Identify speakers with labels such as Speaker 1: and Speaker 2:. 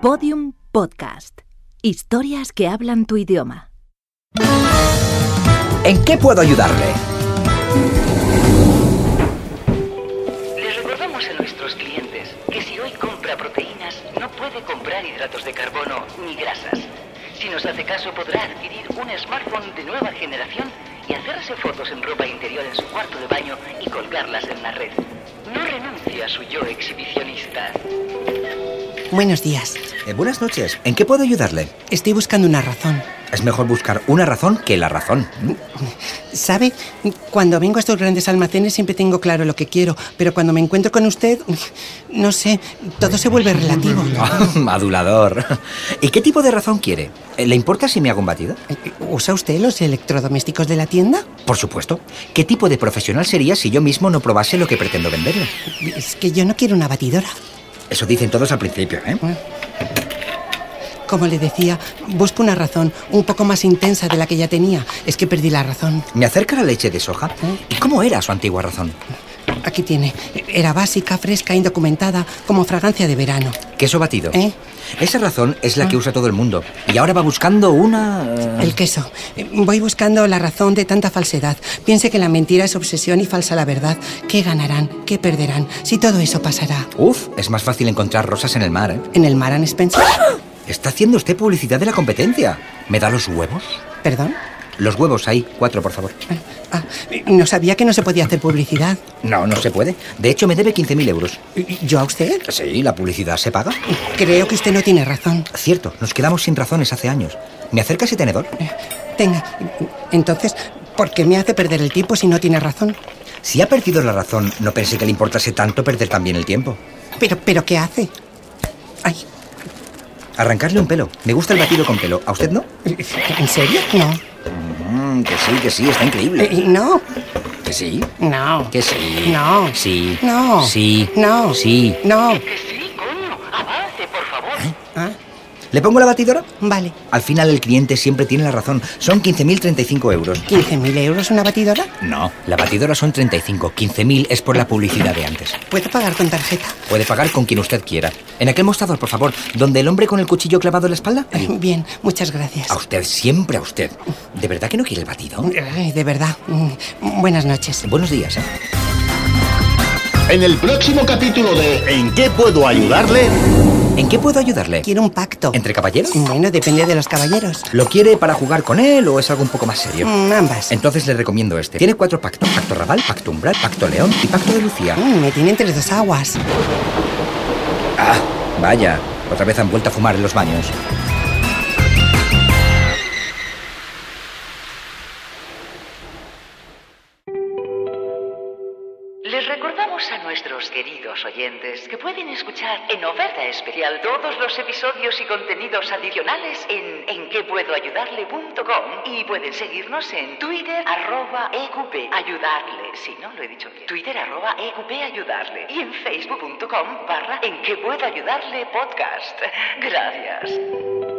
Speaker 1: Podium Podcast. Historias que hablan tu idioma.
Speaker 2: ¿En qué puedo ayudarle?
Speaker 3: Les recordamos a nuestros clientes que si hoy compra proteínas, no puede comprar hidratos de carbono ni grasas. Si nos hace caso, podrá adquirir un smartphone de nueva generación y hacerse fotos en ropa interior en su cuarto de baño y colgarlas en la red. No renuncie a su yo exhibicionista.
Speaker 4: Buenos días.
Speaker 2: Eh, buenas noches. ¿En qué puedo ayudarle?
Speaker 4: Estoy buscando una razón.
Speaker 2: Es mejor buscar una razón que la razón.
Speaker 4: ¿Sabe? Cuando vengo a estos grandes almacenes siempre tengo claro lo que quiero, pero cuando me encuentro con usted, no sé, todo se vuelve relativo.
Speaker 2: Adulador. ¿Y qué tipo de razón quiere? Eh, ¿Le importa si me hago un batido?
Speaker 4: ¿Usa usted los electrodomésticos de la tienda?
Speaker 2: Por supuesto. ¿Qué tipo de profesional sería si yo mismo no probase lo que pretendo venderle?
Speaker 4: Es que yo no quiero una batidora.
Speaker 2: Eso dicen todos al principio, ¿eh?
Speaker 4: Como le decía, busco una razón un poco más intensa de la que ya tenía. Es que perdí la razón.
Speaker 2: Me acerca la leche de soja. ¿Y cómo era su antigua razón?
Speaker 4: Aquí tiene. Era básica, fresca, indocumentada, como fragancia de verano.
Speaker 2: Queso batido.
Speaker 4: ¿Eh? Ah.
Speaker 2: Esa razón es la que usa todo el mundo. Y ahora va buscando una... eh,
Speaker 4: El queso. Voy buscando la razón de tanta falsedad. Piense que la mentira es obsesión y falsa la verdad. ¿Qué ganarán? ¿Qué perderán? Si todo eso pasará.
Speaker 2: Uf, es más fácil encontrar rosas en el mar, ¿eh?
Speaker 4: ¿En el mar han Spencer?
Speaker 2: Está haciendo usted publicidad de la competencia. ¿Me da los huevos?
Speaker 4: ¿Perdón?
Speaker 2: Los huevos ahí, cuatro, por favor.
Speaker 4: Ah, no sabía que no se podía hacer publicidad.
Speaker 2: No, no se puede. De hecho, me debe 15.000 euros.
Speaker 4: ¿Yo a usted?
Speaker 2: Sí, la publicidad se paga.
Speaker 4: Creo que usted no tiene razón.
Speaker 2: Cierto, nos quedamos sin razones hace años. ¿Me acerca ese tenedor?
Speaker 4: Tenga. Entonces, ¿por qué me hace perder el tiempo si no tiene razón?
Speaker 2: Si ha perdido la razón, no pensé que le importase tanto perder también el tiempo.
Speaker 4: Pero, pero ¿qué hace? Ay,
Speaker 2: Arrancarle un pelo. Me gusta el batido con pelo. ¿A usted no?
Speaker 4: ¿en serio? No.
Speaker 2: Mm, que sí, que sí, está
Speaker 4: Eh,
Speaker 2: increíble.
Speaker 4: No.
Speaker 2: ¿Que sí?
Speaker 4: No.
Speaker 2: ¿Que sí?
Speaker 4: No.
Speaker 2: Sí.
Speaker 4: No.
Speaker 2: Sí.
Speaker 4: No.
Speaker 2: Sí.
Speaker 4: No.
Speaker 3: Que sí, coño, avance, por favor.
Speaker 4: Ah,
Speaker 2: ¿Le pongo la batidora?
Speaker 4: vale.
Speaker 2: Al final el cliente siempre tiene la razón. Son 15.035 euros.
Speaker 4: ¿15.000 euros una batidora?
Speaker 2: No, la batidora son 35. 15.000 es por la publicidad de antes.
Speaker 4: ¿Puedo pagar con tarjeta?
Speaker 2: Puede pagar con quien usted quiera. En aquel mostrador, por favor, donde el hombre con el cuchillo clavado en la espalda. Ahí.
Speaker 4: Bien, muchas gracias.
Speaker 2: A usted, siempre a usted. ¿De verdad que no quiere el batido?
Speaker 4: Ay, de verdad. Mm, Buenas noches.
Speaker 2: Buenos días, ¿eh?
Speaker 5: En el próximo capítulo de ¿En qué puedo ayudarle?
Speaker 2: ¿En qué puedo ayudarle?
Speaker 4: Quiero un pacto.
Speaker 2: ¿Entre caballeros?
Speaker 4: Bueno, depende de los caballeros.
Speaker 2: ¿Lo quiere para jugar con él o es algo un poco más serio?
Speaker 4: Mm, ambas.
Speaker 2: Entonces le recomiendo este. Tiene cuatro pactos. Pacto Raval, Pacto Umbral, Pacto León y Pacto de
Speaker 5: ¿Eh?
Speaker 2: Lucía.
Speaker 4: Mm, me tiene entre dos aguas.
Speaker 2: Ah, vaya. Otra vez han vuelto a fumar en los baños.
Speaker 3: Les recordamos a nuestros queridos oyentes que pueden escuchar en oferta especial todos los episodios y contenidos adicionales en enquepuedoayudarle.com y pueden seguirnos en Twitter arroba EQP ayudarle, si no lo he dicho bien, Twitter arroba EQP ayudarle y en facebook.com barra en que puedo ayudarle podcast. Gracias.